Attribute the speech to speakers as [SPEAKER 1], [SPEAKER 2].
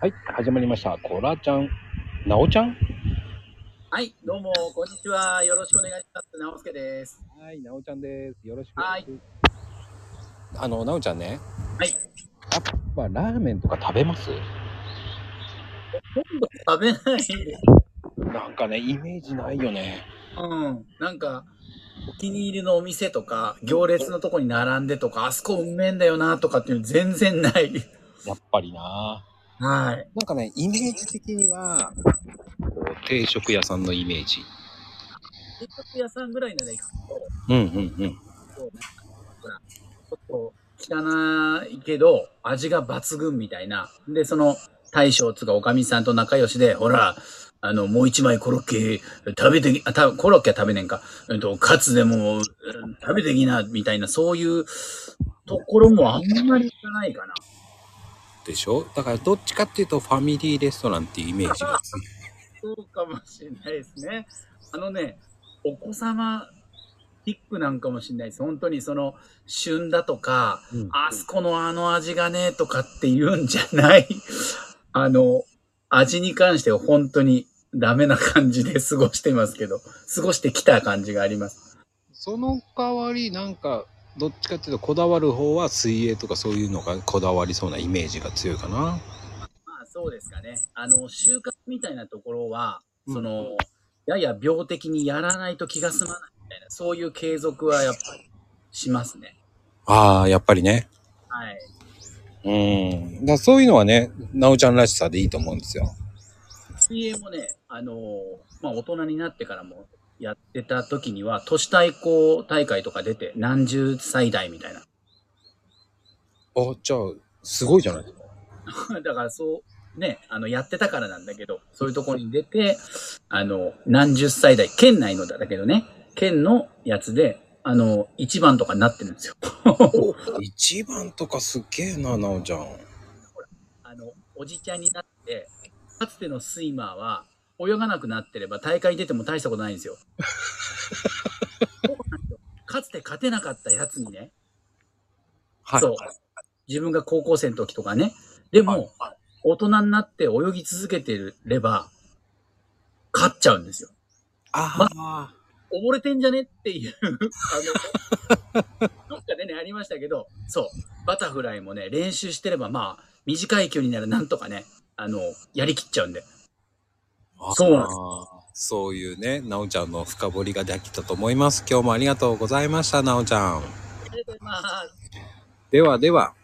[SPEAKER 1] はい、始まりました。コラちゃん、なおちゃん。
[SPEAKER 2] はい、どうも、こんにちは。よろしくお願いします。直輔です。
[SPEAKER 1] はい、なおちゃんです。よろしく。
[SPEAKER 2] はい。
[SPEAKER 1] あの、なおちゃんね。
[SPEAKER 2] はい。
[SPEAKER 1] やっぱラーメンとか食べます。
[SPEAKER 2] 食べないです。
[SPEAKER 1] なんかね、イメージないよね。
[SPEAKER 2] うん。なんか、お気に入りのお店とか、行列のとこに並んでとか、あそこうめえんだよなとかっていうの全然ない。
[SPEAKER 1] やっぱりな。
[SPEAKER 2] はい。
[SPEAKER 1] なんかね、イメージ的には。こう定食屋さんのイメージ。
[SPEAKER 2] 定食屋さんぐらいなら行く
[SPEAKER 1] うんうんうん。
[SPEAKER 2] けど、なんかほらちょっと汚いけど、味が抜群みたいな。で、その、大将つうか、おかみさんと仲良しで、ほら、あの、もう一枚コロッケ食べてき、あ、たコロッケは食べねえんか。えっと、カツでもうん食べてきな、みたいな、そういうところもあんまりいかないかな。
[SPEAKER 1] でしょだからどっちかっていうとファミリーレストランっていうイメージが。
[SPEAKER 2] そうかもしれないですね。あのね、お子様ピックなんかもしれないです。本当にその、旬だとか、
[SPEAKER 1] うん
[SPEAKER 2] あそこのあの味がね、とかって言うんじゃない。 あの、味に関しては本当にダメな感じで過ごしてますけど、過ごしてきた感じがあります。
[SPEAKER 1] その代わりなんかどっちかっていうとこだわる方は水泳とかそういうのがこだわりそうなイメージが強いかな。
[SPEAKER 2] まあそうですかね。あの、就活みたいなところは、
[SPEAKER 1] うん
[SPEAKER 2] その、やや病的にやらないと気が済まないみたいな、そういう継続はやっぱりしますね。
[SPEAKER 1] ああ、やっぱりね。
[SPEAKER 2] はい。
[SPEAKER 1] うん。だからそういうのはね、なおちゃんらしさでいいと思うんですよ。
[SPEAKER 2] 水泳もね、あのーまあ、大人になってからもやってた時には、都市対抗大会とか出て、何十歳代みたいな。
[SPEAKER 1] あ、じゃあ、すごいじゃないですか。
[SPEAKER 2] だからそう、ね、あの、やってたからなんだけど、そういうところに出て、あの、何十歳代、県内のだけどね、県のやつで、あの、一番とかになってるんですよ。
[SPEAKER 1] 一番とかすげえな、なおちゃん。
[SPEAKER 2] あの、おじちゃんになって、かつてのスイマーは、泳がなくなってれば大会出ても大したことないんですよ。そうなんですよかつて勝てなかったやつにね、
[SPEAKER 1] はい。
[SPEAKER 2] そう。自分が高校生の時とかね。でも、
[SPEAKER 1] は
[SPEAKER 2] 大人になって泳ぎ続けてれば、勝っちゃうんですよ。
[SPEAKER 1] ああ、
[SPEAKER 2] 溺れてんじゃねっていう、 あの、どっかでね、ありましたけど、そう、バタフライもね、練習してれば、まあ、短い距離ならなんとかね、あの、やりきっちゃうんで。そうなんです
[SPEAKER 1] そういうね、なおちゃんの深掘りができたと思います。今日もありがとうございました、なおちゃん。
[SPEAKER 2] ありがとうございます。
[SPEAKER 1] ではでは。